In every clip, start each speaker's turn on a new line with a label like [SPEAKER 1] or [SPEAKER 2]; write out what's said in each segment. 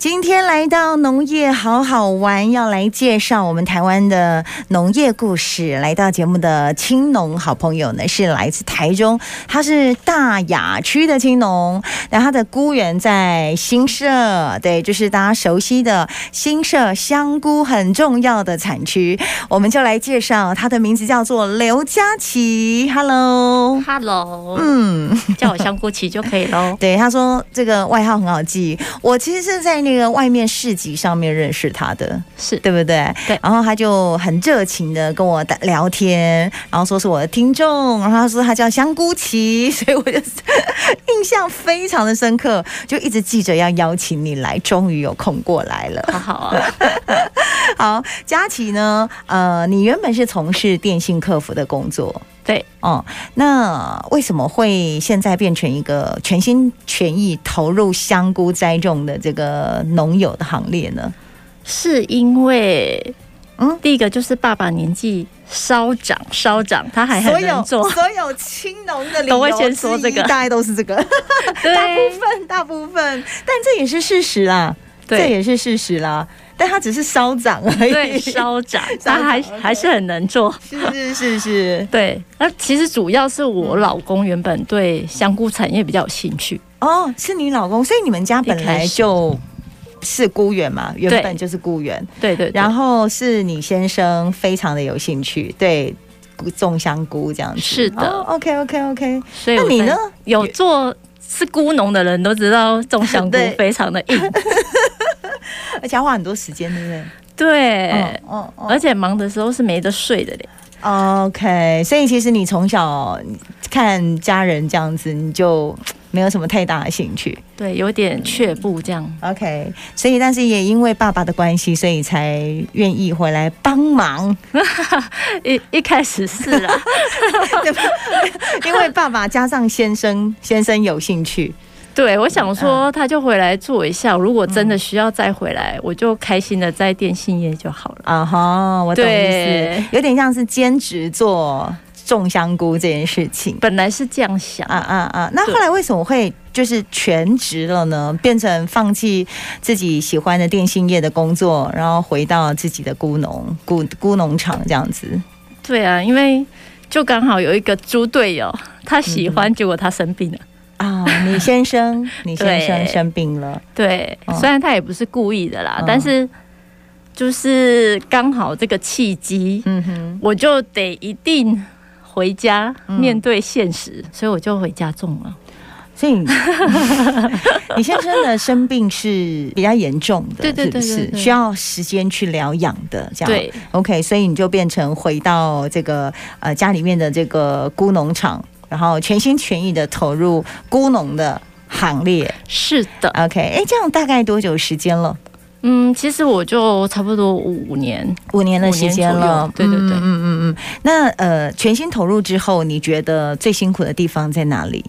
[SPEAKER 1] 今天来到农业好好玩，要来介绍我们台湾的农业故事。来到节目的青农好朋友呢，是来自台中，他是大雅区的青农，那他的菇园在新社，对，就是大家熟悉的新社香菇很重要的产区。我们就来介绍，他的名字叫做刘佳琪。Hello，
[SPEAKER 2] Hello，
[SPEAKER 1] 嗯。。
[SPEAKER 2] 叫我香菇琪就可以喽
[SPEAKER 1] 对，他说这个外号很好记。我其实是在那个外面市集上面认识他的，
[SPEAKER 2] 是
[SPEAKER 1] 对不对？
[SPEAKER 2] 对
[SPEAKER 1] 然后他就很热情的跟我打聊天，然后说是我的听众，然后他说他叫香菇奇， 所以我就印象非常的深刻，就一直记着要邀请你来，终于有空过来了。
[SPEAKER 2] 好好啊，
[SPEAKER 1] 好，佳琪呢？呃，你原本是从事电信客服的工作。
[SPEAKER 2] 对，
[SPEAKER 1] 哦，那为什么会现在变成一个全心全意投入香菇栽种的这个农友的行列呢？
[SPEAKER 2] 是因为，
[SPEAKER 1] 嗯
[SPEAKER 2] 嗯，第一个就是爸爸年纪稍长，稍长，他还
[SPEAKER 1] 所
[SPEAKER 2] 很
[SPEAKER 1] 有
[SPEAKER 2] 能 做，
[SPEAKER 1] 所有青农的理
[SPEAKER 2] 都会
[SPEAKER 1] 由
[SPEAKER 2] 先说
[SPEAKER 1] 之
[SPEAKER 2] 这
[SPEAKER 1] 一
[SPEAKER 2] 个
[SPEAKER 1] 大概都是这 个，大部
[SPEAKER 2] 对
[SPEAKER 1] 分大部分，但这也是事实啦，这
[SPEAKER 2] 对
[SPEAKER 1] 也是事实啦。但它只是稍长而已，
[SPEAKER 2] 对，稍长，
[SPEAKER 1] 长
[SPEAKER 2] 他还
[SPEAKER 1] OK
[SPEAKER 2] 还是很能做。
[SPEAKER 1] 是是是是，
[SPEAKER 2] 对，那其实主要是我老公原本对香菇产业比较有兴趣，
[SPEAKER 1] 哦，是你老公，所以你们家本
[SPEAKER 2] 一
[SPEAKER 1] 来
[SPEAKER 2] 开始
[SPEAKER 1] 就是孤园嘛，原
[SPEAKER 2] 对
[SPEAKER 1] 本就是孤园。
[SPEAKER 2] 对对对
[SPEAKER 1] 然后是你先生非常的有兴趣，对菇种香菇这样子。
[SPEAKER 2] 是的
[SPEAKER 1] o k OK OK。
[SPEAKER 2] 所以
[SPEAKER 1] 那
[SPEAKER 2] 我
[SPEAKER 1] 你
[SPEAKER 2] 在
[SPEAKER 1] 呢？
[SPEAKER 2] 有做。是菇农的人都知道，种香菇
[SPEAKER 1] 对
[SPEAKER 2] 非常的 硬，
[SPEAKER 1] 而且要花呃很多时间，对不对？
[SPEAKER 2] 对，
[SPEAKER 1] 嗯嗯
[SPEAKER 2] 而且忙的时候是没得睡的嘞。
[SPEAKER 1] 嗯 OK，所以其实你从小看家人这样子，你就没有什么太大的兴趣。
[SPEAKER 2] 对，有点却步这样。
[SPEAKER 1] OK，所以但是也因为爸爸的关系，所以才愿意回来帮忙，
[SPEAKER 2] 一一开始是啦，
[SPEAKER 1] 对吧？因为爸爸加上先生，先生有兴趣，
[SPEAKER 2] 对我想说他就回来做一下，如果真的需要再回来，我就开心的在电信业就好了。
[SPEAKER 1] 啊哈，我懂意思
[SPEAKER 2] 对，
[SPEAKER 1] 有点像是兼职做种香菇这件事情。
[SPEAKER 2] 本来是这样想，
[SPEAKER 1] 啊啊啊！那
[SPEAKER 2] 对
[SPEAKER 1] 后来为什么会就是全职了呢？变成放弃自己喜欢的电信业的工作，然后回到自己的菇农菇菇农场这样子。
[SPEAKER 2] 对啊，因为就刚好有一个猪队友，他喜欢，结果他生病了。
[SPEAKER 1] 啊， 你先生，你先生
[SPEAKER 2] 对
[SPEAKER 1] 生病了，
[SPEAKER 2] 对
[SPEAKER 1] 嗯，
[SPEAKER 2] 虽然他也不是故意的啦，
[SPEAKER 1] 嗯
[SPEAKER 2] 但是就是刚好这个契机，
[SPEAKER 1] 嗯哼，
[SPEAKER 2] 我就得一定回家面对现实，所以我就回家种了。
[SPEAKER 1] 所以你 你先生的生病是比较严重的，
[SPEAKER 2] 对对对
[SPEAKER 1] 是
[SPEAKER 2] 对
[SPEAKER 1] 不
[SPEAKER 2] 对
[SPEAKER 1] 是需要时间去疗养的？这样
[SPEAKER 2] 对
[SPEAKER 1] OK，所以你就变成回到这个呃家里面的这个菇农场，然后全心全意的投入菇农的行列。
[SPEAKER 2] 是的，
[SPEAKER 1] OK，哎，这样大概多久时间了？
[SPEAKER 2] 嗯，其实我就差不多五年，
[SPEAKER 1] 五年的时间了。
[SPEAKER 2] 五年左右对对对
[SPEAKER 1] 嗯嗯嗯嗯。那呃，全心投入之后，你觉得最辛苦的地方在哪 里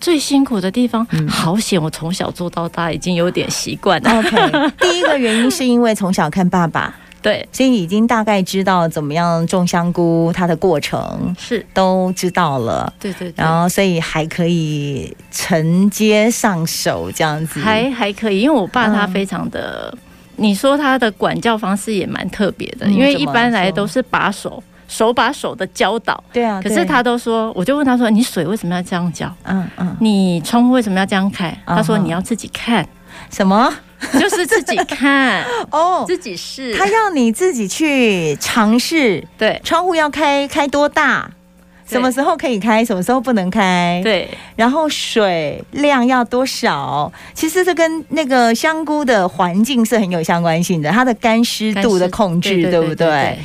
[SPEAKER 2] 最辛苦的地方，
[SPEAKER 1] 嗯
[SPEAKER 2] 好险我从小做到大，已经有点习惯了。
[SPEAKER 1] ？OK，第一个原因是因为从小看爸爸，
[SPEAKER 2] 对，
[SPEAKER 1] 所以已经大概知道怎么样种香菇，它的过程
[SPEAKER 2] 是，
[SPEAKER 1] 都知道了。
[SPEAKER 2] 对对对，
[SPEAKER 1] 然后所以还可以承接上手这样子，
[SPEAKER 2] 还还可以，因为我爸他
[SPEAKER 1] 嗯
[SPEAKER 2] 非常的，你说他的管教方式也蛮特别的，
[SPEAKER 1] 嗯
[SPEAKER 2] 因为
[SPEAKER 1] 怎
[SPEAKER 2] 一
[SPEAKER 1] 么
[SPEAKER 2] 般来
[SPEAKER 1] 说
[SPEAKER 2] 都是把手手把手的教导，
[SPEAKER 1] 对啊，
[SPEAKER 2] 可是
[SPEAKER 1] 对
[SPEAKER 2] 他都说，我就问他说，你水为什么要这样浇？
[SPEAKER 1] 嗯嗯
[SPEAKER 2] 你窗户为什么要这样开？他说
[SPEAKER 1] 嗯哼
[SPEAKER 2] 你要自己看，
[SPEAKER 1] 什么
[SPEAKER 2] 就是自己看，
[SPEAKER 1] 哦，
[SPEAKER 2] 自己试。
[SPEAKER 1] 他要你自己去尝试，
[SPEAKER 2] 对
[SPEAKER 1] 窗户要开开多大，
[SPEAKER 2] 对
[SPEAKER 1] 什么时候可以开，什么时候不能开，，
[SPEAKER 2] 对，
[SPEAKER 1] 然后水量要多少，其实这跟那个香菇的环境是很有相关性的，它的干湿度的控制，对不对？？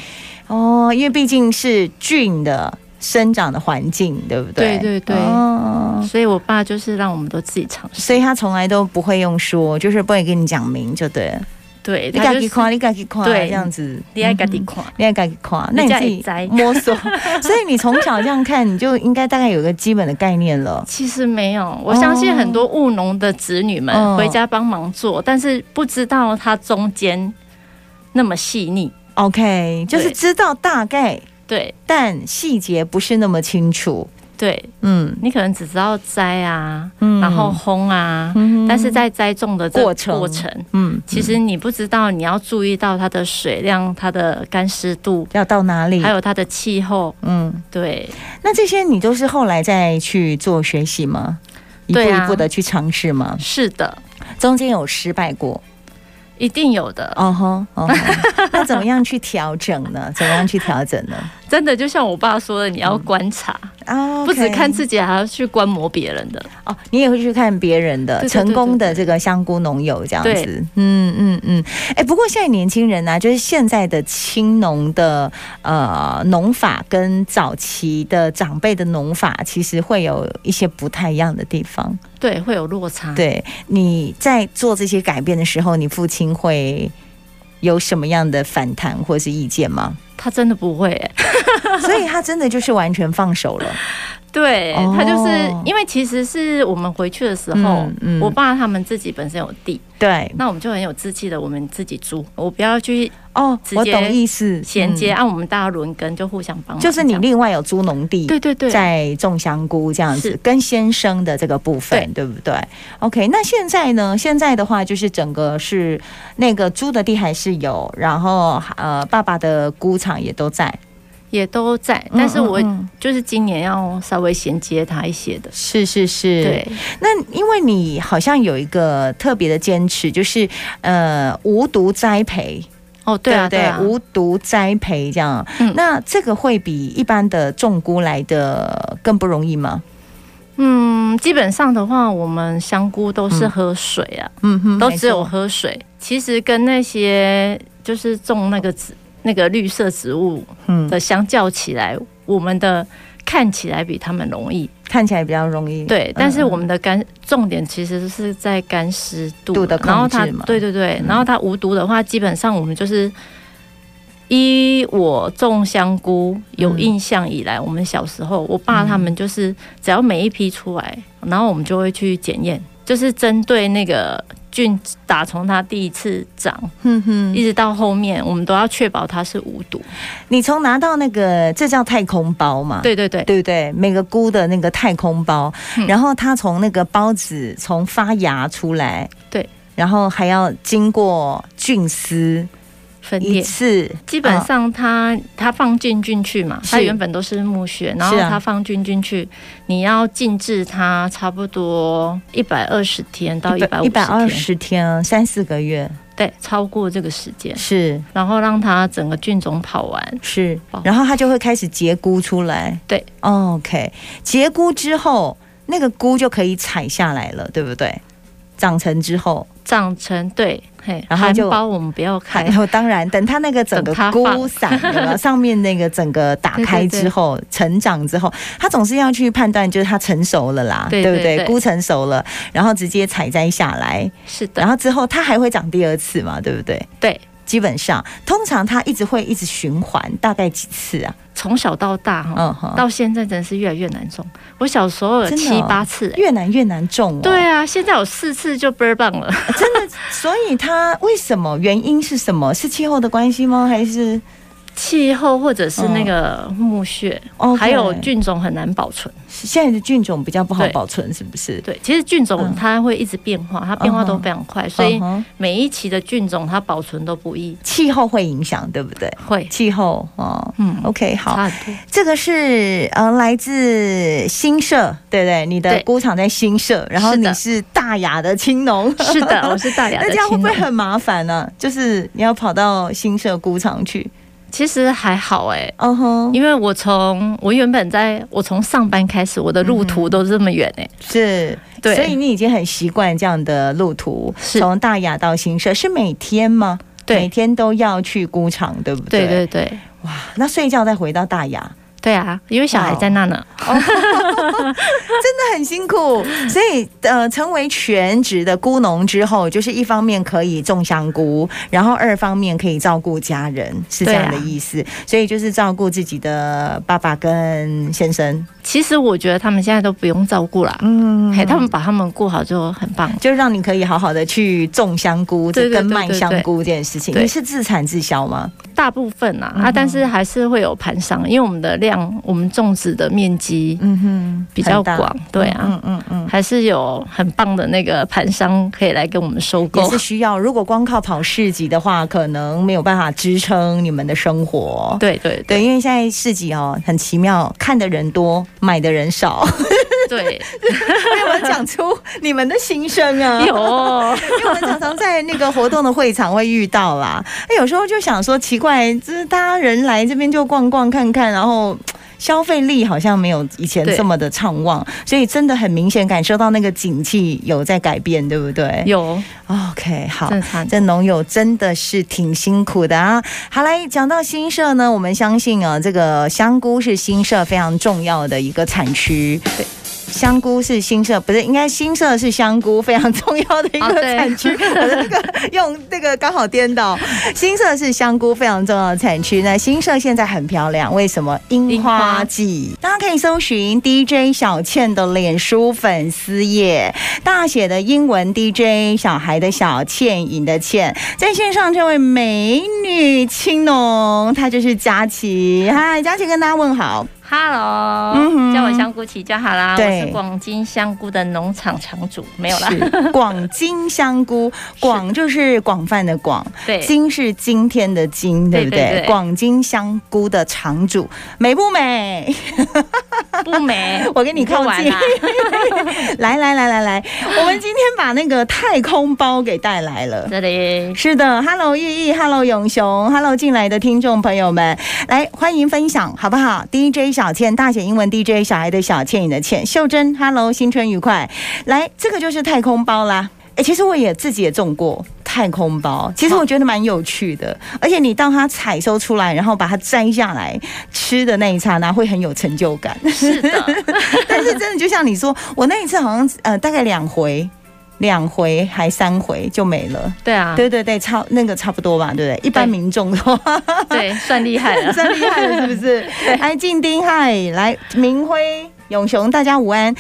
[SPEAKER 1] 哦，因为毕竟是菌的生长的环境，对不对？
[SPEAKER 2] 对对对
[SPEAKER 1] 哦
[SPEAKER 2] 所以我爸就是让我们都自己尝试。
[SPEAKER 1] 所以他从来都不会用说，就是不会跟你讲明就对了。
[SPEAKER 2] 对，
[SPEAKER 1] 嗯你
[SPEAKER 2] 他
[SPEAKER 1] 自
[SPEAKER 2] 就
[SPEAKER 1] 己
[SPEAKER 2] 是
[SPEAKER 1] 看，你自己看，
[SPEAKER 2] 对
[SPEAKER 1] 这样子，
[SPEAKER 2] 你爱
[SPEAKER 1] 嗯
[SPEAKER 2] 自己
[SPEAKER 1] 哼，
[SPEAKER 2] 看。
[SPEAKER 1] 你爱自己看，那
[SPEAKER 2] 你
[SPEAKER 1] 你
[SPEAKER 2] 才
[SPEAKER 1] 自己
[SPEAKER 2] 会知
[SPEAKER 1] 摸索。 所以你从小这样看，你就应该大概有个基本的概念了。
[SPEAKER 2] 其实没有，我相信很多务农的子女
[SPEAKER 1] 哦
[SPEAKER 2] 们回家帮忙做，但是不知道它中间那么细腻。
[SPEAKER 1] OK，就是
[SPEAKER 2] 对
[SPEAKER 1] 知道大概，
[SPEAKER 2] 对
[SPEAKER 1] 但细节不是那么清楚。
[SPEAKER 2] 对
[SPEAKER 1] 嗯
[SPEAKER 2] 你可能只知道摘啊，
[SPEAKER 1] 嗯
[SPEAKER 2] 然后烘啊，
[SPEAKER 1] 嗯
[SPEAKER 2] 但是在栽种的这
[SPEAKER 1] 过程
[SPEAKER 2] 过程，
[SPEAKER 1] 嗯，
[SPEAKER 2] 其实你不知道你要注意到它的水量、它的干湿度，
[SPEAKER 1] 要到哪里？
[SPEAKER 2] 还有它的气候。
[SPEAKER 1] 嗯，
[SPEAKER 2] 对，
[SPEAKER 1] 那这些你都是后来再去做学习吗？一步
[SPEAKER 2] 对
[SPEAKER 1] 一
[SPEAKER 2] 啊
[SPEAKER 1] 步的去尝试吗？
[SPEAKER 2] 是的，
[SPEAKER 1] 中间有失败过？
[SPEAKER 2] 一定有的。
[SPEAKER 1] 哦吼，哦 吼那怎么样去调整呢？怎么样去调整 呢？
[SPEAKER 2] 真的，就像我爸说的，你要观察，
[SPEAKER 1] 啊，
[SPEAKER 2] 不只
[SPEAKER 1] 嗯 OK
[SPEAKER 2] 看自己，还要去观摩别人的。
[SPEAKER 1] 哦，你也会去看别人的
[SPEAKER 2] 对对对
[SPEAKER 1] 成功的
[SPEAKER 2] 对
[SPEAKER 1] 这个香菇农友这样
[SPEAKER 2] 对
[SPEAKER 1] 子，嗯嗯嗯，哎，不过现在年轻人呢、就是现在的青农的呃农法跟早期的长辈的农法，其实会有一些不太一样的地方。
[SPEAKER 2] 对，会有落差。
[SPEAKER 1] 对，你在做这些改变的时候，你父亲会有什么样的反弹或是意见 吗？
[SPEAKER 2] 他真的不会、欸，
[SPEAKER 1] 所以他真的就是完全放手 了。
[SPEAKER 2] 对、
[SPEAKER 1] 哦
[SPEAKER 2] 他就是因为其实是我们回去的时候，
[SPEAKER 1] 嗯嗯
[SPEAKER 2] 我爸他们自己本身有地，
[SPEAKER 1] 对，
[SPEAKER 2] 那我们就很有志气的，我们自己租，我不要去
[SPEAKER 1] 哦，
[SPEAKER 2] 直
[SPEAKER 1] 我
[SPEAKER 2] 接
[SPEAKER 1] 懂意思，
[SPEAKER 2] 衔接，啊
[SPEAKER 1] 嗯
[SPEAKER 2] 按、我们大家轮耕就互相帮忙，
[SPEAKER 1] 就是
[SPEAKER 2] 这
[SPEAKER 1] 你
[SPEAKER 2] 样
[SPEAKER 1] 另外有租农地。
[SPEAKER 2] 对对对，
[SPEAKER 1] 在种香菇这样子
[SPEAKER 2] 是，
[SPEAKER 1] 跟先生的这个部分，对不对？OK，那现在呢？现在的话就是整个是那个租的地还是有，然后呃，爸爸的菇场也都在，
[SPEAKER 2] 也都在，但是我
[SPEAKER 1] 嗯嗯嗯
[SPEAKER 2] 就是今年要稍微衔接他一些的，
[SPEAKER 1] 是是是，
[SPEAKER 2] 对。
[SPEAKER 1] 那因为你好像有一个特别的坚持，就是呃无毒栽培，
[SPEAKER 2] 哦，对啊，
[SPEAKER 1] 不对
[SPEAKER 2] 对啊，
[SPEAKER 1] 无毒栽培这样。
[SPEAKER 2] 嗯
[SPEAKER 1] 那这个会比一般的种菇来的更不容易吗？
[SPEAKER 2] 嗯，基本上的话，我们香菇都是
[SPEAKER 1] 嗯
[SPEAKER 2] 喝水啊，
[SPEAKER 1] 嗯哼
[SPEAKER 2] 都只有
[SPEAKER 1] 没错
[SPEAKER 2] 喝水。其实跟那些就是种那个植那个绿色植物
[SPEAKER 1] 嗯，
[SPEAKER 2] 的相较起来，我们的看起来比他们容易，
[SPEAKER 1] 看起来比较容易。
[SPEAKER 2] 对。但是
[SPEAKER 1] 嗯
[SPEAKER 2] 我们的干重点其实是在干湿度
[SPEAKER 1] 度的控制
[SPEAKER 2] 然后它
[SPEAKER 1] 嘛
[SPEAKER 2] 对对对
[SPEAKER 1] 嗯，
[SPEAKER 2] 然后它无毒的话，基本上我们就是。依我种香菇有
[SPEAKER 1] 嗯
[SPEAKER 2] 印象以来，我们小时候，我爸他们就是只要每一批出来，然后我们就会去检验，就是针对那个菌，打从它第一次长，
[SPEAKER 1] 哼哼
[SPEAKER 2] 一直到后面，我们都要确保它是无毒。
[SPEAKER 1] 你从拿到那个，这叫太空包嘛？。
[SPEAKER 2] 对对对，
[SPEAKER 1] 对不对？每个菇的那个太空包，
[SPEAKER 2] 嗯
[SPEAKER 1] 然后它从那个孢子从发芽出来，
[SPEAKER 2] 对，
[SPEAKER 1] 然后还要经过菌丝
[SPEAKER 2] 分
[SPEAKER 1] 一
[SPEAKER 2] 裂。
[SPEAKER 1] 次，
[SPEAKER 2] 基本上它它放菌进去嘛，
[SPEAKER 1] 啊是
[SPEAKER 2] 它原本都是木屑，然后
[SPEAKER 1] 是啊
[SPEAKER 2] 它放菌进去，你要静置它差不多一百二十天到一百五
[SPEAKER 1] 一百二
[SPEAKER 2] 十天，
[SPEAKER 1] 十天，三四个月，
[SPEAKER 2] 对，超过这个时间，
[SPEAKER 1] 是
[SPEAKER 2] 然后让它整个菌种跑完，
[SPEAKER 1] 是
[SPEAKER 2] 哦，
[SPEAKER 1] 然后它就会开始结菇出来。
[SPEAKER 2] 对
[SPEAKER 1] ，OK，结菇之后，那个菇就可以采下来了，对不对？长成之后，
[SPEAKER 2] 长成对，嘿，
[SPEAKER 1] 然后
[SPEAKER 2] 含
[SPEAKER 1] 就
[SPEAKER 2] 苞我们不要开
[SPEAKER 1] 然，后当然，等它那个整个
[SPEAKER 2] 等它
[SPEAKER 1] 菇
[SPEAKER 2] 放
[SPEAKER 1] 伞有没有 上面那个整个打开之后，成长之后，它总是要去判断，就是它成熟了啦，
[SPEAKER 2] 对
[SPEAKER 1] 不
[SPEAKER 2] 对
[SPEAKER 1] 对？
[SPEAKER 2] 对
[SPEAKER 1] 菇成熟了，然后直接采摘下来，
[SPEAKER 2] 是的，
[SPEAKER 1] 然后之后它还会长第二次嘛，对不对？
[SPEAKER 2] 对，
[SPEAKER 1] 基本上，通常它一直会一直循环，大概几次啊？
[SPEAKER 2] 从小到大哈，
[SPEAKER 1] 嗯哼，
[SPEAKER 2] 哦到现在真的是越来越难种。我小时候有
[SPEAKER 1] 真的
[SPEAKER 2] 七
[SPEAKER 1] 哦
[SPEAKER 2] 八次、欸，
[SPEAKER 1] 越难越难种哦。
[SPEAKER 2] 对啊，现在有四次就倍儿棒了。
[SPEAKER 1] 所以它为什么原因是什么？是气候的关系吗？还是
[SPEAKER 2] 气候或者是那个木屑，
[SPEAKER 1] 哦，
[SPEAKER 2] 还有菌种很难保存。
[SPEAKER 1] 现在的菌种比较不好
[SPEAKER 2] 对
[SPEAKER 1] 保存，是不是？
[SPEAKER 2] 对，其实菌
[SPEAKER 1] 嗯
[SPEAKER 2] 种它会一直变化，它变化都非常快，所以
[SPEAKER 1] 嗯哼
[SPEAKER 2] 每一期的菌种它保存都不易，
[SPEAKER 1] 气候会影响，对不对？
[SPEAKER 2] 会
[SPEAKER 1] 气候哦。
[SPEAKER 2] 嗯
[SPEAKER 1] OK，好，
[SPEAKER 2] 差很 多。
[SPEAKER 1] 这个是呃来自新社，对不对？你的
[SPEAKER 2] 对
[SPEAKER 1] 菇厂在新社，然后
[SPEAKER 2] 是的
[SPEAKER 1] 你是大雅的青农，
[SPEAKER 2] 是的，我是大雅
[SPEAKER 1] 那
[SPEAKER 2] 的
[SPEAKER 1] 这样会
[SPEAKER 2] 青
[SPEAKER 1] 不会
[SPEAKER 2] 农。
[SPEAKER 1] 很麻烦呢、就是你要跑到新社菇厂去，
[SPEAKER 2] 其实还好哎、
[SPEAKER 1] 哦吼，
[SPEAKER 2] 因为我从我原本在我从上班开始，我的路途都这么远哎、
[SPEAKER 1] 嗯是，
[SPEAKER 2] 对
[SPEAKER 1] 所以你已经很习惯这样的路途，
[SPEAKER 2] 是
[SPEAKER 1] 从大雅到新社是每天吗？每
[SPEAKER 2] 对
[SPEAKER 1] 天都要去菇厂，对不对？
[SPEAKER 2] 对对对
[SPEAKER 1] 那睡觉再回到大雅，
[SPEAKER 2] 对啊，因为小孩在那呢。
[SPEAKER 1] 很辛苦， 所以呃，成为全职的菇农之后，就是一方面可以种香菇，然后二方面可以照顾家人，是这样的
[SPEAKER 2] 对啊
[SPEAKER 1] 意思。所以就是照顾自己的爸爸跟先生，
[SPEAKER 2] 其实我觉得他们现在都不用照顾啦，
[SPEAKER 1] 嗯
[SPEAKER 2] 嘿，他们把他们顾好就很棒。
[SPEAKER 1] 就让你可以好好的去种香菇，这
[SPEAKER 2] 对对
[SPEAKER 1] 跟
[SPEAKER 2] 对
[SPEAKER 1] 卖
[SPEAKER 2] 对
[SPEAKER 1] 香
[SPEAKER 2] 对
[SPEAKER 1] 菇这件事情，
[SPEAKER 2] 对
[SPEAKER 1] 你是自产自销吗？
[SPEAKER 2] 大部分
[SPEAKER 1] 嗯
[SPEAKER 2] 啊，啊，但是还是会有盘商，因为我们的量，我们种植的面积
[SPEAKER 1] 嗯哼，
[SPEAKER 2] 比较
[SPEAKER 1] 很大
[SPEAKER 2] 广，对啊，
[SPEAKER 1] 嗯嗯嗯，
[SPEAKER 2] 还是有很棒的那个盘商可以来跟我们收购
[SPEAKER 1] 也。是需要。如果光靠跑市集的话，可能没有办法支撑你们的生活。
[SPEAKER 2] 对对对
[SPEAKER 1] 对，因为现在市集哦很奇妙，看的人多，买的人 少。
[SPEAKER 2] 对，
[SPEAKER 1] 没有人讲出你们的心声啊？
[SPEAKER 2] 有
[SPEAKER 1] 因为我们常常在那个活动的会场会遇到啦。哎，有时候就想说，奇怪，就是大家人来这边就逛逛看看，然后。嘖消费力好像没有以前
[SPEAKER 2] 对
[SPEAKER 1] 这么的畅旺，所以真的很明显感受到那个景气有在改变，对不对？
[SPEAKER 2] 有
[SPEAKER 1] OK，好
[SPEAKER 2] 正常，
[SPEAKER 1] 这农友真的是挺辛苦的啊。好来，讲到新社呢，我们相信啊，这个香菇是新社非常重要的一个产区。
[SPEAKER 2] 对。
[SPEAKER 1] 香菇是新社，不是应该新社是香菇非常重要的一
[SPEAKER 2] 哦
[SPEAKER 1] 个
[SPEAKER 2] 对
[SPEAKER 1] 产 区。我的那个用那个刚好颠倒，新社是香菇非常重要的产区。那新社现在很漂亮，为什么？樱
[SPEAKER 2] 樱
[SPEAKER 1] 花
[SPEAKER 2] 花
[SPEAKER 1] 季，大家可以搜寻 DJ 小倩的脸书粉丝页，大写的英文 DJ 小孩的小倩颖的倩，在线上这位美女青农，她就是佳琪。嗨，佳琪跟大家问好。
[SPEAKER 2] ，Hello，、
[SPEAKER 1] 嗯哼
[SPEAKER 2] 叫我香菇起就好啦。我
[SPEAKER 1] 对
[SPEAKER 2] 是广金香菇的农场场主，没有啦。
[SPEAKER 1] 是广金香 菇，广就是广泛的广，
[SPEAKER 2] 对，
[SPEAKER 1] 金是今天的金，对不
[SPEAKER 2] 对对
[SPEAKER 1] 对？
[SPEAKER 2] 对
[SPEAKER 1] 广金香菇的场主美不美？
[SPEAKER 2] 不啊美
[SPEAKER 1] ，我跟你靠
[SPEAKER 2] 玩
[SPEAKER 1] 近
[SPEAKER 2] 啦。
[SPEAKER 1] 来来来来来，我们今天把那个太空包给带来了。
[SPEAKER 2] 这里
[SPEAKER 1] 是的，Hello 意义，Hello 永雄，Hello 进来的听众朋友们，来欢迎分享好不好？DJ 小倩，大写英文 DJ 小孩的小倩，你的倩，秀珍，Hello 新春愉快，来这个就是太空包啦。哎、其实我也自己也种过太空包，其实我觉得蛮有趣的，而且你当它采收出来，然后把它摘下来吃的那一刹那，会很有成就感。
[SPEAKER 2] 是 的，
[SPEAKER 1] 但是真的就像你说，我那一次好像呃大概两回。两回还三回就没了，
[SPEAKER 2] 对啊，
[SPEAKER 1] 对对对，差那个差不多吧，对不对？一般
[SPEAKER 2] 对
[SPEAKER 1] 民众的话，
[SPEAKER 2] 对，算厉害了。
[SPEAKER 1] 真厉害了，是不是？来，静丁嗨，来，明辉、永雄，大家午安。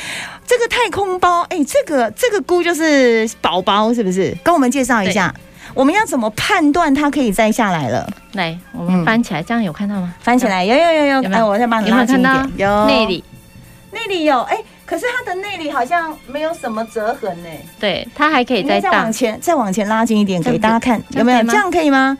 [SPEAKER 1] 这个太空包，哎，这个这个菇就是宝宝，是不是？跟我们介绍一下，我们要怎么判断它可以摘下来了？
[SPEAKER 2] 来，我
[SPEAKER 1] 嗯
[SPEAKER 2] 们翻起来，这样有看到吗？
[SPEAKER 1] 翻起来，有有有有，
[SPEAKER 2] 嗯有没
[SPEAKER 1] 哎，
[SPEAKER 2] 有
[SPEAKER 1] 我再帮你
[SPEAKER 2] 有没
[SPEAKER 1] 拉
[SPEAKER 2] 有
[SPEAKER 1] 近一
[SPEAKER 2] 看到
[SPEAKER 1] 点，有
[SPEAKER 2] 内里？
[SPEAKER 1] 内里有，哎、可是它的内里好像没有什么折痕呢、
[SPEAKER 2] 对，它还可以
[SPEAKER 1] 应
[SPEAKER 2] 再
[SPEAKER 1] 该再
[SPEAKER 2] 大
[SPEAKER 1] 往。前，再往前拉近一点，
[SPEAKER 2] 这样
[SPEAKER 1] 给
[SPEAKER 2] 子
[SPEAKER 1] 大家看
[SPEAKER 2] 这样
[SPEAKER 1] 有没有？
[SPEAKER 2] 可
[SPEAKER 1] 这
[SPEAKER 2] 以吗
[SPEAKER 1] 样可以吗？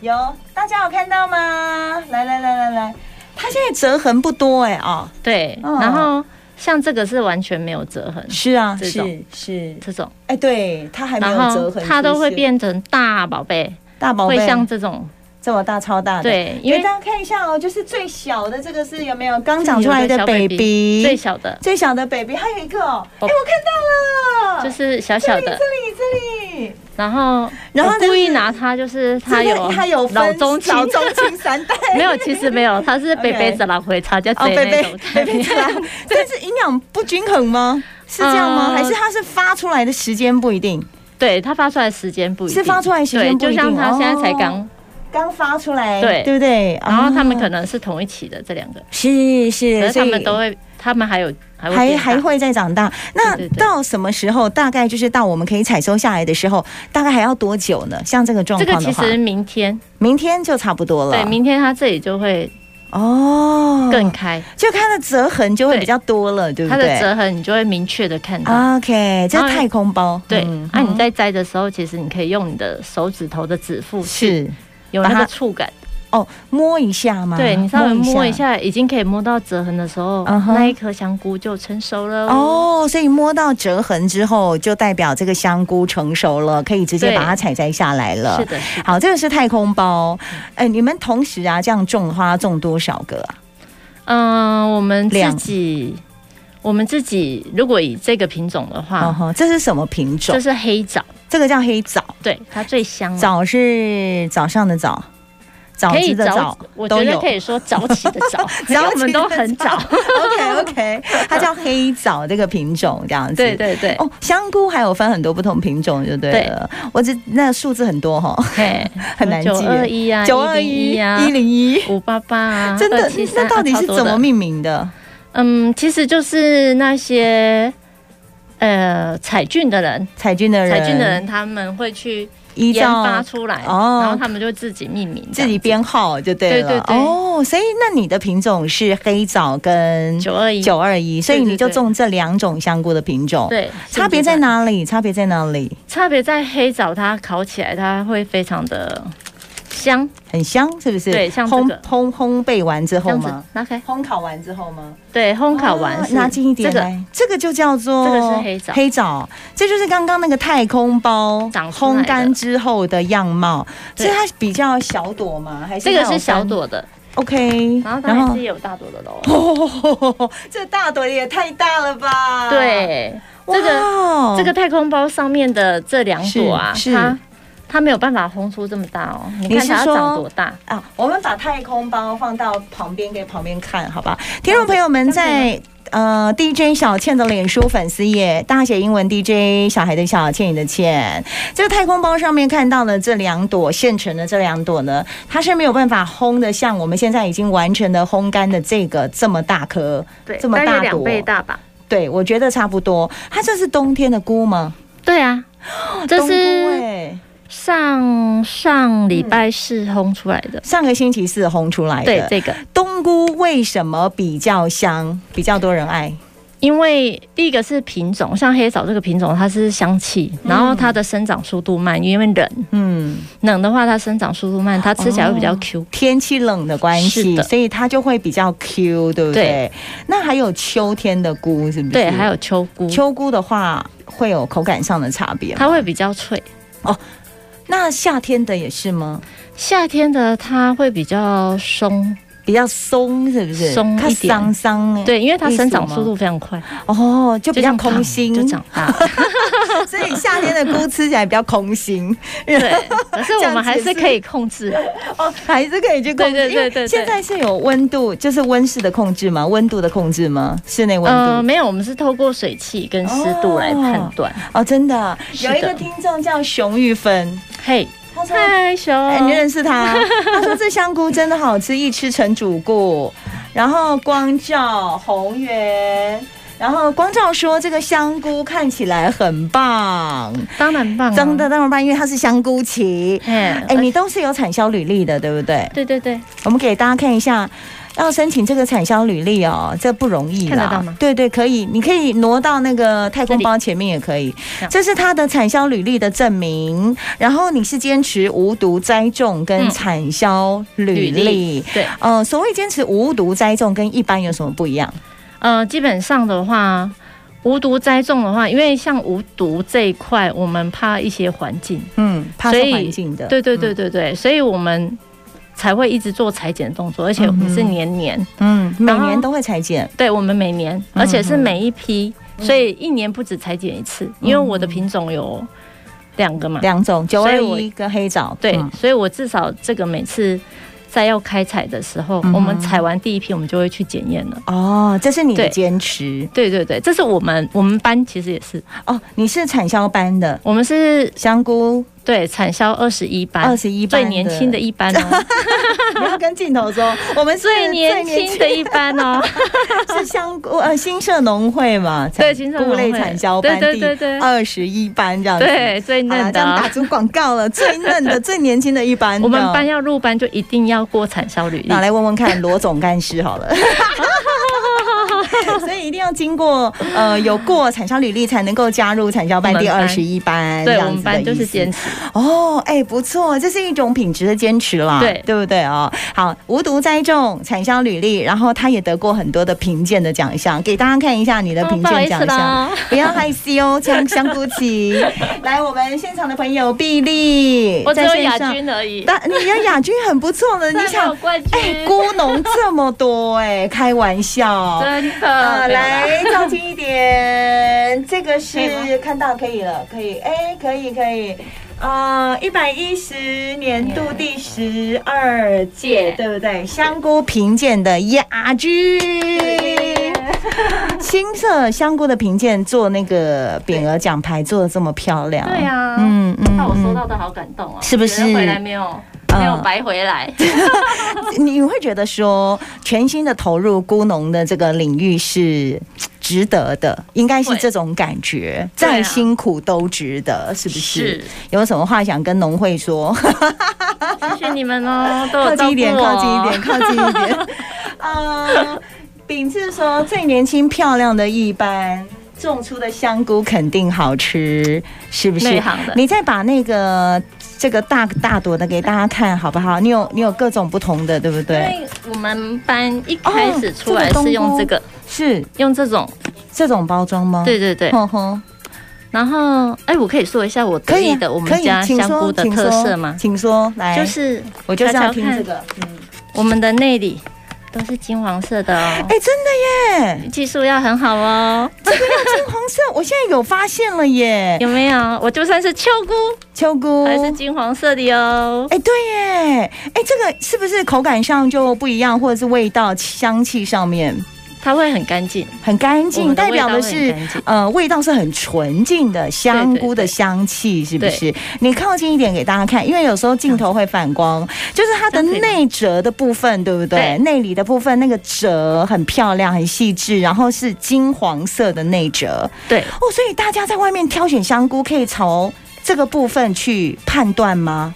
[SPEAKER 1] 有，大家有看到吗？来来来来来，它现在折痕不多哎、哦，
[SPEAKER 2] 对，
[SPEAKER 1] 嗯
[SPEAKER 2] 然后像这个是完全没有折痕，
[SPEAKER 1] 是啊，
[SPEAKER 2] 这种
[SPEAKER 1] 是是，
[SPEAKER 2] 这种，
[SPEAKER 1] 哎、对，它还没有
[SPEAKER 2] 然后
[SPEAKER 1] 折痕，
[SPEAKER 2] 它都会
[SPEAKER 1] 是不是
[SPEAKER 2] 变成大宝贝，
[SPEAKER 1] 大宝
[SPEAKER 2] 会
[SPEAKER 1] 贝，
[SPEAKER 2] 像这种，
[SPEAKER 1] 这么大超大的。
[SPEAKER 2] 对，因
[SPEAKER 1] 给
[SPEAKER 2] 为
[SPEAKER 1] 大家看一下哦，就是最小的这个是有没有刚长出来的
[SPEAKER 2] 有一个小
[SPEAKER 1] baby，
[SPEAKER 2] 最小的
[SPEAKER 1] 最小的 baby，还有一个哦，哎、
[SPEAKER 2] 哦
[SPEAKER 1] 我看到了，
[SPEAKER 2] 就是小小的，
[SPEAKER 1] 这里这里。
[SPEAKER 2] 然后
[SPEAKER 1] 然后
[SPEAKER 2] 我
[SPEAKER 1] 就是
[SPEAKER 2] 故意拿它，就是它有
[SPEAKER 1] 它有分
[SPEAKER 2] 老中青
[SPEAKER 1] 老。中青三代。
[SPEAKER 2] 没有，其实没有，它是
[SPEAKER 1] OK
[SPEAKER 2] 贝贝子拉回茶加
[SPEAKER 1] 哦，
[SPEAKER 2] 贼
[SPEAKER 1] 贝
[SPEAKER 2] 那
[SPEAKER 1] 贝
[SPEAKER 2] 种
[SPEAKER 1] 贝
[SPEAKER 2] 概
[SPEAKER 1] 贝
[SPEAKER 2] 念
[SPEAKER 1] 这。样， 但是营养不均衡吗？是这样吗？
[SPEAKER 2] 呃
[SPEAKER 1] 还是它是发出来的时间不一定？
[SPEAKER 2] 对，它发出来的时间不一定，
[SPEAKER 1] 是发出来的时间
[SPEAKER 2] 对
[SPEAKER 1] 不一定哦
[SPEAKER 2] 就像它现在才刚，
[SPEAKER 1] 刚发出来，
[SPEAKER 2] 对
[SPEAKER 1] 对不对？
[SPEAKER 2] 然后他们可
[SPEAKER 1] 哦
[SPEAKER 2] 能是同一期的这两个，
[SPEAKER 1] 是是，
[SPEAKER 2] 可是
[SPEAKER 1] 所
[SPEAKER 2] 他
[SPEAKER 1] 以
[SPEAKER 2] 们都会，他们还有还会
[SPEAKER 1] 还
[SPEAKER 2] 变大
[SPEAKER 1] 还会再长大。那
[SPEAKER 2] 对对对
[SPEAKER 1] 到什么时候？大概就是到我们可以采收下来的时候，大概还要多久呢？像这个状
[SPEAKER 2] 这个
[SPEAKER 1] 况的
[SPEAKER 2] 其
[SPEAKER 1] 话，
[SPEAKER 2] 实明天，
[SPEAKER 1] 明天就差不多了。
[SPEAKER 2] 对，明天它这里就会
[SPEAKER 1] 哦，
[SPEAKER 2] 更开，
[SPEAKER 1] 就它的折痕就会
[SPEAKER 2] 对
[SPEAKER 1] 比较多了，对不啊
[SPEAKER 2] 它的
[SPEAKER 1] 对
[SPEAKER 2] 折痕你就会明确的看到。
[SPEAKER 1] ？OK，这
[SPEAKER 2] 然后
[SPEAKER 1] 太空包
[SPEAKER 2] 对，
[SPEAKER 1] 嗯
[SPEAKER 2] 那、你在摘的时候，其实你可以用你的手指头的指腹
[SPEAKER 1] 嗯是
[SPEAKER 2] 有
[SPEAKER 1] 把
[SPEAKER 2] 那
[SPEAKER 1] 它
[SPEAKER 2] 个触感，
[SPEAKER 1] 哦，摸一嗯下吗？
[SPEAKER 2] 对你稍微摸一。下，已经可以摸到折痕的时候
[SPEAKER 1] 嗯哼
[SPEAKER 2] 那一颗香菇就成熟了。
[SPEAKER 1] 哦，所以摸到折痕之后，就代表这个香菇成熟了，可以直接
[SPEAKER 2] 对
[SPEAKER 1] 把它采摘下来了。
[SPEAKER 2] 是的，是的。
[SPEAKER 1] 好，这个是太空包。哎、你们同时啊，这样种花种多少个啊？
[SPEAKER 2] 嗯、我们自
[SPEAKER 1] 两
[SPEAKER 2] 己，我们自己如果以这个品种的话，
[SPEAKER 1] 哦吼，这是什么品种
[SPEAKER 2] 啊这？是黑枣，
[SPEAKER 1] 这个叫黑枣，
[SPEAKER 2] 对，它最香了。
[SPEAKER 1] 枣是早上的枣，枣
[SPEAKER 2] 可以
[SPEAKER 1] 子的
[SPEAKER 2] 早
[SPEAKER 1] 枣。，
[SPEAKER 2] 我
[SPEAKER 1] 都
[SPEAKER 2] 觉得
[SPEAKER 1] 有
[SPEAKER 2] 可以说早起的 早，只
[SPEAKER 1] 早
[SPEAKER 2] 要
[SPEAKER 1] 起
[SPEAKER 2] 我
[SPEAKER 1] 的
[SPEAKER 2] 们都很
[SPEAKER 1] 早
[SPEAKER 2] 早。
[SPEAKER 1] OK OK，它叫黑枣这个品种这样子。
[SPEAKER 2] 对对对，
[SPEAKER 1] 哦，香菇还有分很多不同品种，就对了。我只那数字很多哈，
[SPEAKER 2] 嘿，
[SPEAKER 1] 很难记
[SPEAKER 2] 九二一啊，
[SPEAKER 1] 九二一
[SPEAKER 2] 一啊，
[SPEAKER 1] 一零一，
[SPEAKER 2] 五八八啊，
[SPEAKER 1] 真的
[SPEAKER 2] 273
[SPEAKER 1] 那到底是怎？
[SPEAKER 2] 啊
[SPEAKER 1] 么
[SPEAKER 2] 超多的
[SPEAKER 1] 命名的？
[SPEAKER 2] 嗯，其实就是那些呃采菌的人，
[SPEAKER 1] 彩俊的人，
[SPEAKER 2] 采菌的人他们会去
[SPEAKER 1] 依
[SPEAKER 2] 研
[SPEAKER 1] 照
[SPEAKER 2] 发出来，
[SPEAKER 1] 哦
[SPEAKER 2] 然后他们就自己命名这
[SPEAKER 1] 自
[SPEAKER 2] 样子，
[SPEAKER 1] 己编号就对了。
[SPEAKER 2] 对对对
[SPEAKER 1] 哦，所以那你的品种是黑枣跟
[SPEAKER 2] 九二一
[SPEAKER 1] 九二一，所以你就种这两种香菇的品种。
[SPEAKER 2] 对，
[SPEAKER 1] 差别在？哪里？差别在哪里？
[SPEAKER 2] 差别在黑枣它烤起来它会非常的香，
[SPEAKER 1] 很香，是不是？
[SPEAKER 2] 对像这
[SPEAKER 1] 烘
[SPEAKER 2] 个
[SPEAKER 1] 烘烘焙完之
[SPEAKER 2] 这
[SPEAKER 1] 后
[SPEAKER 2] 样子
[SPEAKER 1] 吗？
[SPEAKER 2] 拿开，
[SPEAKER 1] 烘烤完之后吗？
[SPEAKER 2] 对，烘烤完
[SPEAKER 1] 哦
[SPEAKER 2] 是
[SPEAKER 1] 拿近一点
[SPEAKER 2] 这个
[SPEAKER 1] 来，这个就叫做
[SPEAKER 2] 这个是黑枣
[SPEAKER 1] 黑枣，这就是刚刚那个太空包
[SPEAKER 2] 长出来的
[SPEAKER 1] 烘干之后的样貌。所
[SPEAKER 2] 对
[SPEAKER 1] 以它比较小朵吗？还是
[SPEAKER 2] 这个
[SPEAKER 1] 它
[SPEAKER 2] 是
[SPEAKER 1] 有
[SPEAKER 2] 小
[SPEAKER 1] 分
[SPEAKER 2] 朵的，
[SPEAKER 1] ？OK，
[SPEAKER 2] 然后它还是有大朵的喽。
[SPEAKER 1] 哦， 这大朵也太大了吧？，
[SPEAKER 2] 对，这个
[SPEAKER 1] 个
[SPEAKER 2] 这个太空包上面的这两朵啊，
[SPEAKER 1] 哦是是
[SPEAKER 2] 它它没有办法烘出这么大哦。你
[SPEAKER 1] 你
[SPEAKER 2] 看
[SPEAKER 1] 是
[SPEAKER 2] 它
[SPEAKER 1] 说
[SPEAKER 2] 长多大？
[SPEAKER 1] 啊，我们把太空包放到旁边给旁边看，好吧？听众朋友们在。呃，DJ 小倩的脸书粉丝页，大写英文 DJ 小孩的小倩，你的倩，这个太空包上面看到的这两朵现成的这两朵呢，它是没有办法烘的，像我们现在已经完成的烘干的这个这么大颗，
[SPEAKER 2] 对，
[SPEAKER 1] 这么大
[SPEAKER 2] 大
[SPEAKER 1] 朵
[SPEAKER 2] 约两倍大吧？
[SPEAKER 1] 对我觉得差不多。它这是冬天的菇吗？
[SPEAKER 2] 对啊，这
[SPEAKER 1] 哦冬菇
[SPEAKER 2] 是
[SPEAKER 1] 欸
[SPEAKER 2] 上上礼拜四烘出来的。
[SPEAKER 1] 上个星期四烘出来的。
[SPEAKER 2] 对，这个，
[SPEAKER 1] 冬菇为什么比较香，比较多人爱？
[SPEAKER 2] 因为第一个是品种，像黑枣这个品种，它是香气，然后它的生长速度慢，因为冷
[SPEAKER 1] 嗯，
[SPEAKER 2] 冷的话，它生长速度慢，它吃起来会比较
[SPEAKER 1] 哦
[SPEAKER 2] Q。
[SPEAKER 1] 天气冷的关
[SPEAKER 2] 是
[SPEAKER 1] 系，
[SPEAKER 2] 的
[SPEAKER 1] 所以它就会比较 Q，对不对？
[SPEAKER 2] 对
[SPEAKER 1] 那还有秋天的菇，是不是？
[SPEAKER 2] 对，还有秋菇，
[SPEAKER 1] 秋菇的话，会有口感上的差别吗。
[SPEAKER 2] 它会比较脆。
[SPEAKER 1] 那夏天的也是吗？
[SPEAKER 2] 夏天的它会比较松，
[SPEAKER 1] 比较松，是不是？
[SPEAKER 2] 松一
[SPEAKER 1] 它
[SPEAKER 2] 点
[SPEAKER 1] 桑桑哎，
[SPEAKER 2] 对，因为它
[SPEAKER 1] 意思
[SPEAKER 2] 生长
[SPEAKER 1] 吗
[SPEAKER 2] 速度非常快，
[SPEAKER 1] 哦，就比
[SPEAKER 2] 这
[SPEAKER 1] 较
[SPEAKER 2] 样胖
[SPEAKER 1] 空心，
[SPEAKER 2] 就长 大了。
[SPEAKER 1] 所以夏天的菇吃起来比较空 心。
[SPEAKER 2] 对，可是我们还是可以控制。
[SPEAKER 1] 哦，还是可以去控制。
[SPEAKER 2] 对对对对
[SPEAKER 1] 因为
[SPEAKER 2] 对
[SPEAKER 1] 现在是有温度，就是温室的控制吗？温度的控制吗？室内温度。
[SPEAKER 2] 呃，没有，我们是透过水汽跟湿度来判断。
[SPEAKER 1] 哦，真的啊
[SPEAKER 2] 是
[SPEAKER 1] 有
[SPEAKER 2] 的
[SPEAKER 1] 一个听众叫熊玉芬，
[SPEAKER 2] 嘿，
[SPEAKER 1] 他说。
[SPEAKER 2] 嗨，熊，
[SPEAKER 1] 哎，你认识他？ 他说这香菇真的好吃，一吃成主顾。然后光照、红源，然后光照说这个香菇看起来很棒，
[SPEAKER 2] 当然棒、啊，
[SPEAKER 1] 真的。当然棒，因为它是香菇旗。
[SPEAKER 2] 嘿。哎、
[SPEAKER 1] 哎，你都是有产销履历的，对不对？
[SPEAKER 2] 对对对，
[SPEAKER 1] 我们给大家看一下，要申请这个产销履历哦，这不容易啦。
[SPEAKER 2] 看得到吗
[SPEAKER 1] 对对，可以，你可以挪到那个太空包前面也可以
[SPEAKER 2] 这。里
[SPEAKER 1] 这是它的产销履历的证明，然后你是坚持无毒栽种跟
[SPEAKER 2] 嗯
[SPEAKER 1] 产销履
[SPEAKER 2] 履
[SPEAKER 1] 历。
[SPEAKER 2] 对，
[SPEAKER 1] 呃，所谓坚持无毒栽种跟一般有什么不一样？
[SPEAKER 2] 呃，基本上的话。无毒栽种的话，因为像无毒这一块，我们怕一些环境，嗯
[SPEAKER 1] 嗯，怕是
[SPEAKER 2] 所以
[SPEAKER 1] 环境的。
[SPEAKER 2] 对对对对对，所以我们才会一直做裁剪动作，而且我们是
[SPEAKER 1] 嗯哼
[SPEAKER 2] 年年，
[SPEAKER 1] 嗯，每
[SPEAKER 2] 然后
[SPEAKER 1] 年都会裁剪。
[SPEAKER 2] 对，我们每年，
[SPEAKER 1] 嗯
[SPEAKER 2] 而且是每一批，所以一年不止裁剪一次，因为我的品种有两个嘛，
[SPEAKER 1] 嗯两种九
[SPEAKER 2] 所以
[SPEAKER 1] 二
[SPEAKER 2] 我
[SPEAKER 1] 一跟黑枣，
[SPEAKER 2] 对，
[SPEAKER 1] 嗯
[SPEAKER 2] 所以我至少这个每次在要开采的时候，
[SPEAKER 1] 嗯哼
[SPEAKER 2] 我们采完第一批，我们就会去检验了。
[SPEAKER 1] 哦，这是你的
[SPEAKER 2] 对
[SPEAKER 1] 坚持
[SPEAKER 2] 对对对，这是我们我们班其实也是，
[SPEAKER 1] 哦。你是产销班的
[SPEAKER 2] 我们是
[SPEAKER 1] 香菇
[SPEAKER 2] 对产销二十一班，
[SPEAKER 1] 二十一班
[SPEAKER 2] 最年轻的一班 哦，
[SPEAKER 1] 你要跟镜头说，我们是
[SPEAKER 2] 最年轻的一班哦，
[SPEAKER 1] 是香菇呃新社农会嘛，
[SPEAKER 2] 对新社农
[SPEAKER 1] 菇
[SPEAKER 2] 会
[SPEAKER 1] 类产销班
[SPEAKER 2] 对
[SPEAKER 1] 第
[SPEAKER 2] 对对对
[SPEAKER 1] 二十一班这样子。
[SPEAKER 2] 对，最
[SPEAKER 1] 好啦这
[SPEAKER 2] 嫩的
[SPEAKER 1] 样打
[SPEAKER 2] 哦。
[SPEAKER 1] 出广告了，最嫩的、最年轻的一班。
[SPEAKER 2] 我们
[SPEAKER 1] 这
[SPEAKER 2] 班
[SPEAKER 1] 样
[SPEAKER 2] 要入班就一定要过产销履历
[SPEAKER 1] 那，来问问看罗总干事好 了。所以一定要经过呃有过产销履历才能够加入产销班
[SPEAKER 2] 我们
[SPEAKER 1] 第二
[SPEAKER 2] 班
[SPEAKER 1] 十一班，
[SPEAKER 2] 对
[SPEAKER 1] 这样
[SPEAKER 2] 我
[SPEAKER 1] 子
[SPEAKER 2] 们
[SPEAKER 1] 的
[SPEAKER 2] 班就
[SPEAKER 1] 意
[SPEAKER 2] 是
[SPEAKER 1] 思
[SPEAKER 2] 坚持。
[SPEAKER 1] 哦，哎、不错，这是一种品质的坚持啦，
[SPEAKER 2] 对
[SPEAKER 1] 对不对哦？好，无毒栽种产销履历，然后他也得过很多的评鉴的奖项，给大家看一下你的
[SPEAKER 2] 哦
[SPEAKER 1] 评
[SPEAKER 2] 不好
[SPEAKER 1] 鉴
[SPEAKER 2] 意思
[SPEAKER 1] 奖项。
[SPEAKER 2] 啦，
[SPEAKER 1] 不要害羞，香香菇 起。来，我们现场的朋友碧丽，
[SPEAKER 2] 我只有
[SPEAKER 1] 在线
[SPEAKER 2] 亚
[SPEAKER 1] 上，
[SPEAKER 2] 军而已，
[SPEAKER 1] 但你的亚军很不错的，你
[SPEAKER 2] 再没有
[SPEAKER 1] 想，
[SPEAKER 2] 冠军，
[SPEAKER 1] 哎，菇农这么多、哎，开玩笑。
[SPEAKER 2] 真
[SPEAKER 1] 啊，
[SPEAKER 2] 的没有啦
[SPEAKER 1] 来照近一点，这个
[SPEAKER 2] 可以
[SPEAKER 1] 是看到可以了，可以，哎，可以可以，呃，一百一十年度第十二届
[SPEAKER 2] 届，
[SPEAKER 1] 对不对？香菇评鉴的亚军，青色香菇的评鉴做那个匾额奖牌做的这么漂亮，
[SPEAKER 2] 对啊
[SPEAKER 1] 嗯嗯
[SPEAKER 2] 那我收
[SPEAKER 1] 嗯，
[SPEAKER 2] 到的好感动哦，
[SPEAKER 1] 是不是嗯
[SPEAKER 2] 觉得回来没有没有白 回来。
[SPEAKER 1] 你会觉得说，全心的投入菇农的这个领域是值得的，应该是
[SPEAKER 2] 会
[SPEAKER 1] 这种感觉，
[SPEAKER 2] 对啊
[SPEAKER 1] 再辛苦都值得，是不是？
[SPEAKER 2] 是，
[SPEAKER 1] 有什么话想跟农会 说？
[SPEAKER 2] 谢谢你们哦，都
[SPEAKER 1] 靠
[SPEAKER 2] 有照
[SPEAKER 1] 近
[SPEAKER 2] 顾
[SPEAKER 1] 一点，
[SPEAKER 2] 我。
[SPEAKER 1] 靠近一点，靠近一 点。呃，秉志说，最年轻漂亮的一班。种出的香菇肯定好吃，是不
[SPEAKER 2] 内
[SPEAKER 1] 是
[SPEAKER 2] 行的？
[SPEAKER 1] 你再把那个这个大大朵的给大家看好不好？你有你有各种不同的，对不
[SPEAKER 2] 因
[SPEAKER 1] 对？
[SPEAKER 2] 为我们班一开始出
[SPEAKER 1] 哦这
[SPEAKER 2] 来
[SPEAKER 1] 个冬菇
[SPEAKER 2] 是用这个，
[SPEAKER 1] 是
[SPEAKER 2] 用这种，
[SPEAKER 1] 这种包装吗？
[SPEAKER 2] 对对对。
[SPEAKER 1] 哼哼，
[SPEAKER 2] 然后，哎，我可以说一下我
[SPEAKER 1] 哦可
[SPEAKER 2] 得
[SPEAKER 1] 以
[SPEAKER 2] 意
[SPEAKER 1] 啊
[SPEAKER 2] 的我
[SPEAKER 1] 可
[SPEAKER 2] 们
[SPEAKER 1] 以
[SPEAKER 2] 家
[SPEAKER 1] 请
[SPEAKER 2] 香菇
[SPEAKER 1] 说
[SPEAKER 2] 的
[SPEAKER 1] 请
[SPEAKER 2] 特
[SPEAKER 1] 说
[SPEAKER 2] 色吗？
[SPEAKER 1] 请说，来，
[SPEAKER 2] 就是
[SPEAKER 1] 我就是要
[SPEAKER 2] 瞧瞧
[SPEAKER 1] 听
[SPEAKER 2] 看
[SPEAKER 1] 这个。嗯，
[SPEAKER 2] 我们的内里都是金黄色的哦，
[SPEAKER 1] 哎，真的 耶，
[SPEAKER 2] 技术要很好哦，
[SPEAKER 1] 金黄色，我现在有发现了耶，
[SPEAKER 2] 有没有？我就算是秋菇，
[SPEAKER 1] 秋菇
[SPEAKER 2] 还是金黄色的哦。
[SPEAKER 1] 哎、对耶，哎，这个是不是口感上就不一样，或者是味道、香气上面
[SPEAKER 2] 它会很干净，
[SPEAKER 1] 很干
[SPEAKER 2] 我
[SPEAKER 1] 净，
[SPEAKER 2] 们的
[SPEAKER 1] 代表的
[SPEAKER 2] 味
[SPEAKER 1] 是
[SPEAKER 2] 道会很干净
[SPEAKER 1] 呃，味道是很纯净的香菇的香气，是不是？你靠近一点给大家看，因为有时候镜头会反光，就是它的
[SPEAKER 2] 这样可以吗
[SPEAKER 1] 内折的部分，对不对？
[SPEAKER 2] 对
[SPEAKER 1] 内里的部分那个折很漂亮，很细致，然后是金黄色的内折
[SPEAKER 2] 对，
[SPEAKER 1] 哦，所以大家在外面挑选香菇可以从这个部分去判断吗？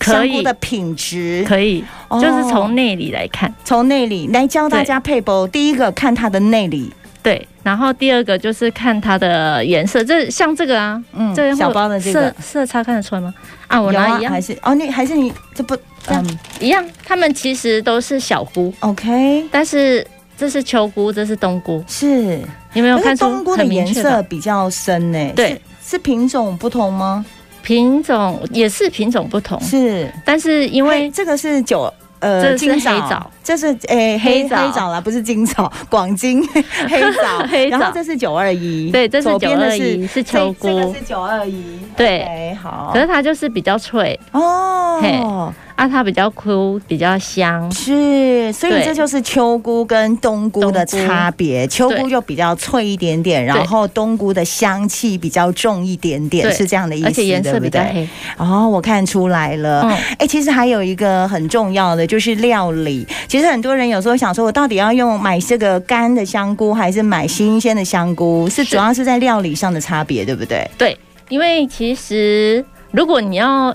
[SPEAKER 2] 可以
[SPEAKER 1] 香菇的品质
[SPEAKER 2] 可以，
[SPEAKER 1] 哦
[SPEAKER 2] 就是从内里来看，
[SPEAKER 1] 从内里来教大家配包。第一个看它的内里，
[SPEAKER 2] 对。然后第二个就是看它的颜色，这像这个啊，
[SPEAKER 1] 嗯
[SPEAKER 2] 这边会
[SPEAKER 1] 小包的这个
[SPEAKER 2] 色色差看得出来吗？啊，我
[SPEAKER 1] 有
[SPEAKER 2] 拿
[SPEAKER 1] 啊
[SPEAKER 2] 一样、
[SPEAKER 1] 还是哦，你还是你这不
[SPEAKER 2] 这样
[SPEAKER 1] 嗯
[SPEAKER 2] 一样，它们其实都是小菇，
[SPEAKER 1] ，OK，
[SPEAKER 2] 但是这是秋菇，这是冬菇，
[SPEAKER 1] 是。
[SPEAKER 2] 你有没有
[SPEAKER 1] 可
[SPEAKER 2] 看
[SPEAKER 1] 是
[SPEAKER 2] 出
[SPEAKER 1] 冬菇的
[SPEAKER 2] 很明
[SPEAKER 1] 颜
[SPEAKER 2] 确吧
[SPEAKER 1] 色比较深呢、
[SPEAKER 2] 对
[SPEAKER 1] 是，是品种不同吗？
[SPEAKER 2] 品种也是品种不同，
[SPEAKER 1] 是，
[SPEAKER 2] 但是嗯因为
[SPEAKER 1] 嘿这个是九。呃，
[SPEAKER 2] 这是
[SPEAKER 1] 金
[SPEAKER 2] 黑
[SPEAKER 1] 枣
[SPEAKER 2] 枣，
[SPEAKER 1] 这是诶、黑
[SPEAKER 2] 黑枣
[SPEAKER 1] 黑枣啦，不是金枣，广 金黑枣，
[SPEAKER 2] 黑枣
[SPEAKER 1] 然后这是九二一，
[SPEAKER 2] 对这是
[SPEAKER 1] 左边的
[SPEAKER 2] 921是
[SPEAKER 1] 这
[SPEAKER 2] 球菇
[SPEAKER 1] 这个是九二一，
[SPEAKER 2] 对
[SPEAKER 1] OK，好
[SPEAKER 2] 可，是它就是比较脆嘿
[SPEAKER 1] 哦，
[SPEAKER 2] 啊，它比较枯，比较香，
[SPEAKER 1] 是，所以
[SPEAKER 2] 对
[SPEAKER 1] 这就是秋菇跟冬菇的差别。秋菇就比较脆一点点，然后冬菇的香气比较重一点点，
[SPEAKER 2] 对
[SPEAKER 1] 是这样的意思，
[SPEAKER 2] 而且颜色比较
[SPEAKER 1] 对不对。
[SPEAKER 2] 黑。
[SPEAKER 1] 哦，我看出来了。
[SPEAKER 2] 嗯
[SPEAKER 1] 哎、其实还有一个很重要的就是料理。其实很多人有时候想说，我到底要用买这个干的香菇，还是买新鲜的香菇？是
[SPEAKER 2] 是
[SPEAKER 1] 主要是在料理上的差别，对不对？
[SPEAKER 2] 对，因为其实如果你要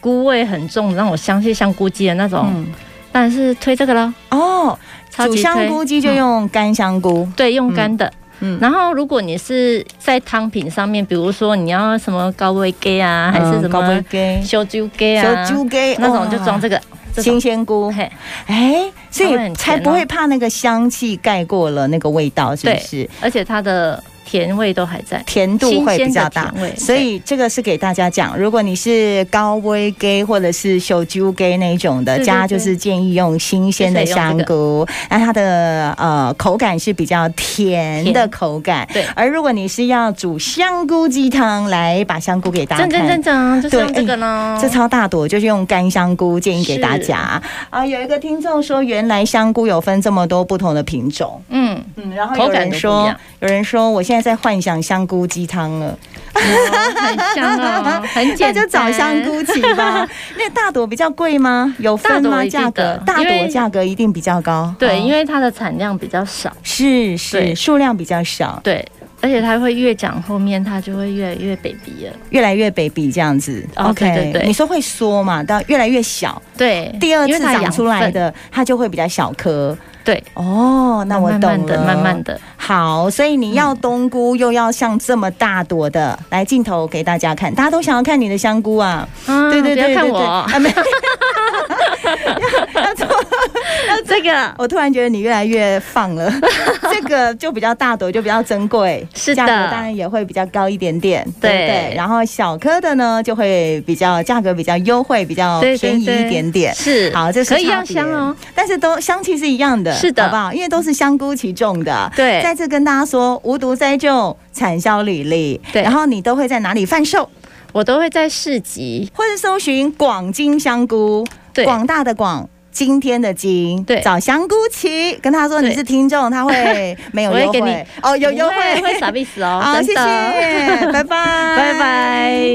[SPEAKER 2] 菇味很重，让我相信香菇鸡的那种，
[SPEAKER 1] 嗯，
[SPEAKER 2] 但是推这个咯，
[SPEAKER 1] 哦，
[SPEAKER 2] 超
[SPEAKER 1] 煮
[SPEAKER 2] 级
[SPEAKER 1] 香
[SPEAKER 2] 推
[SPEAKER 1] 菇鸡就
[SPEAKER 2] 嗯
[SPEAKER 1] 用干香菇。
[SPEAKER 2] 对用干的。
[SPEAKER 1] 嗯
[SPEAKER 2] 然后，如果你是在汤品上面，比如说你要什么高威鸡啊，还是什
[SPEAKER 1] 高
[SPEAKER 2] 么
[SPEAKER 1] 嗯给，
[SPEAKER 2] 修猪鸡啊
[SPEAKER 1] 小，猪给
[SPEAKER 2] 那种就装这个这
[SPEAKER 1] 新
[SPEAKER 2] 种。
[SPEAKER 1] 鲜菇，
[SPEAKER 2] 嘿，
[SPEAKER 1] 哎，所
[SPEAKER 2] 它会
[SPEAKER 1] 以
[SPEAKER 2] 很
[SPEAKER 1] 才
[SPEAKER 2] 甜哦
[SPEAKER 1] 不会怕那个香气盖过了那个味道，是不
[SPEAKER 2] 对
[SPEAKER 1] 是？
[SPEAKER 2] 而且它的甜味都还在。
[SPEAKER 1] 甜度会比较
[SPEAKER 2] 新
[SPEAKER 1] 大
[SPEAKER 2] 鲜的甜味，
[SPEAKER 1] 所以这个是给大家讲，如果你是高危给或者是秀猪给那种的，
[SPEAKER 2] 对对
[SPEAKER 1] 家就
[SPEAKER 2] 对
[SPEAKER 1] 是建议用新鲜的
[SPEAKER 2] 就是用
[SPEAKER 1] 香
[SPEAKER 2] 这个
[SPEAKER 1] 菇，那它的呃口感是比较甜的
[SPEAKER 2] 甜
[SPEAKER 1] 口感。
[SPEAKER 2] 对
[SPEAKER 1] 而如果你是要煮香菇鸡汤，来把香菇给大家
[SPEAKER 2] 正正
[SPEAKER 1] 看
[SPEAKER 2] 正。正，就是
[SPEAKER 1] 对
[SPEAKER 2] 用这个呢。
[SPEAKER 1] 这超大朵，就是用干香菇，建议给大家啊。有一个听众说，原来香菇有分这么多不同的品种，
[SPEAKER 2] 嗯，
[SPEAKER 1] 嗯，然后
[SPEAKER 2] 口
[SPEAKER 1] 有人
[SPEAKER 2] 感都不一
[SPEAKER 1] 说
[SPEAKER 2] 样，
[SPEAKER 1] 有人说我现在在幻想香菇鸡汤了，
[SPEAKER 2] 很香 哦，很简
[SPEAKER 1] 那
[SPEAKER 2] 单。
[SPEAKER 1] 就找香菇鸡 吧。那大朵比较贵吗？有分
[SPEAKER 2] 大
[SPEAKER 1] 吗？
[SPEAKER 2] 朵一定
[SPEAKER 1] 价格
[SPEAKER 2] 的
[SPEAKER 1] 大
[SPEAKER 2] 因为
[SPEAKER 1] 朵价格一定比较高，
[SPEAKER 2] 对，因
[SPEAKER 1] 为
[SPEAKER 2] 为它的产量比较少，
[SPEAKER 1] 是是
[SPEAKER 2] 对
[SPEAKER 1] 数量比较少，
[SPEAKER 2] 对，而且它会越讲后面它就会越来越 baby 了。
[SPEAKER 1] 越来越 baby 这样子。
[SPEAKER 2] 哦对对对
[SPEAKER 1] 你说会缩嘛？到越来越小，
[SPEAKER 2] 对，
[SPEAKER 1] 第二
[SPEAKER 2] 因
[SPEAKER 1] 次
[SPEAKER 2] 为它
[SPEAKER 1] 长
[SPEAKER 2] 养
[SPEAKER 1] 出来
[SPEAKER 2] 分，
[SPEAKER 1] 的它就会比较小颗。
[SPEAKER 2] 对，
[SPEAKER 1] 哦，那我懂了，
[SPEAKER 2] 慢慢的，慢慢的，
[SPEAKER 1] 好，所以你
[SPEAKER 2] 嗯
[SPEAKER 1] 要冬菇，又要像这么大朵的，来镜头给大家看，大家都想要看你的香菇啊！
[SPEAKER 2] 嗯
[SPEAKER 1] 对对
[SPEAKER 2] 不
[SPEAKER 1] 对对
[SPEAKER 2] 要看
[SPEAKER 1] 对，
[SPEAKER 2] 我
[SPEAKER 1] 啊没 有
[SPEAKER 2] 这个，
[SPEAKER 1] 我突然觉得你越来越放 了，这个就比较大朵，就比较珍贵，
[SPEAKER 2] 是的
[SPEAKER 1] 价格当然也会比较高一点点，对不对
[SPEAKER 2] 对？
[SPEAKER 1] 然后小颗的呢，就会比较价格比较优惠，比较
[SPEAKER 2] 对对
[SPEAKER 1] 便宜一
[SPEAKER 2] 对
[SPEAKER 1] 点点。
[SPEAKER 2] 是
[SPEAKER 1] 好，这是
[SPEAKER 2] 可以
[SPEAKER 1] 差
[SPEAKER 2] 让
[SPEAKER 1] 别
[SPEAKER 2] 香哦，，
[SPEAKER 1] 但是都香气是一样的，
[SPEAKER 2] 是的
[SPEAKER 1] 好不好？因为都是香菇其种的。
[SPEAKER 2] 对
[SPEAKER 1] 再次跟大家说，无毒栽种，产销履历。
[SPEAKER 2] 对
[SPEAKER 1] 然后你都会在哪里贩售，
[SPEAKER 2] 我都会在市集，
[SPEAKER 1] 或者搜寻广金香菇，
[SPEAKER 2] 对，
[SPEAKER 1] 广大的广。今天的金，
[SPEAKER 2] 对
[SPEAKER 1] 找香菇旗，跟他说你
[SPEAKER 2] 对
[SPEAKER 1] 是听众，他 会没有
[SPEAKER 2] 我会
[SPEAKER 1] 优
[SPEAKER 2] 给
[SPEAKER 1] 惠
[SPEAKER 2] 你
[SPEAKER 1] 哦，有优
[SPEAKER 2] 不会
[SPEAKER 1] 惠，
[SPEAKER 2] 会傻逼死哦，
[SPEAKER 1] 好，谢
[SPEAKER 2] 真
[SPEAKER 1] 谢
[SPEAKER 2] 的，，
[SPEAKER 1] 拜拜，
[SPEAKER 2] 拜拜。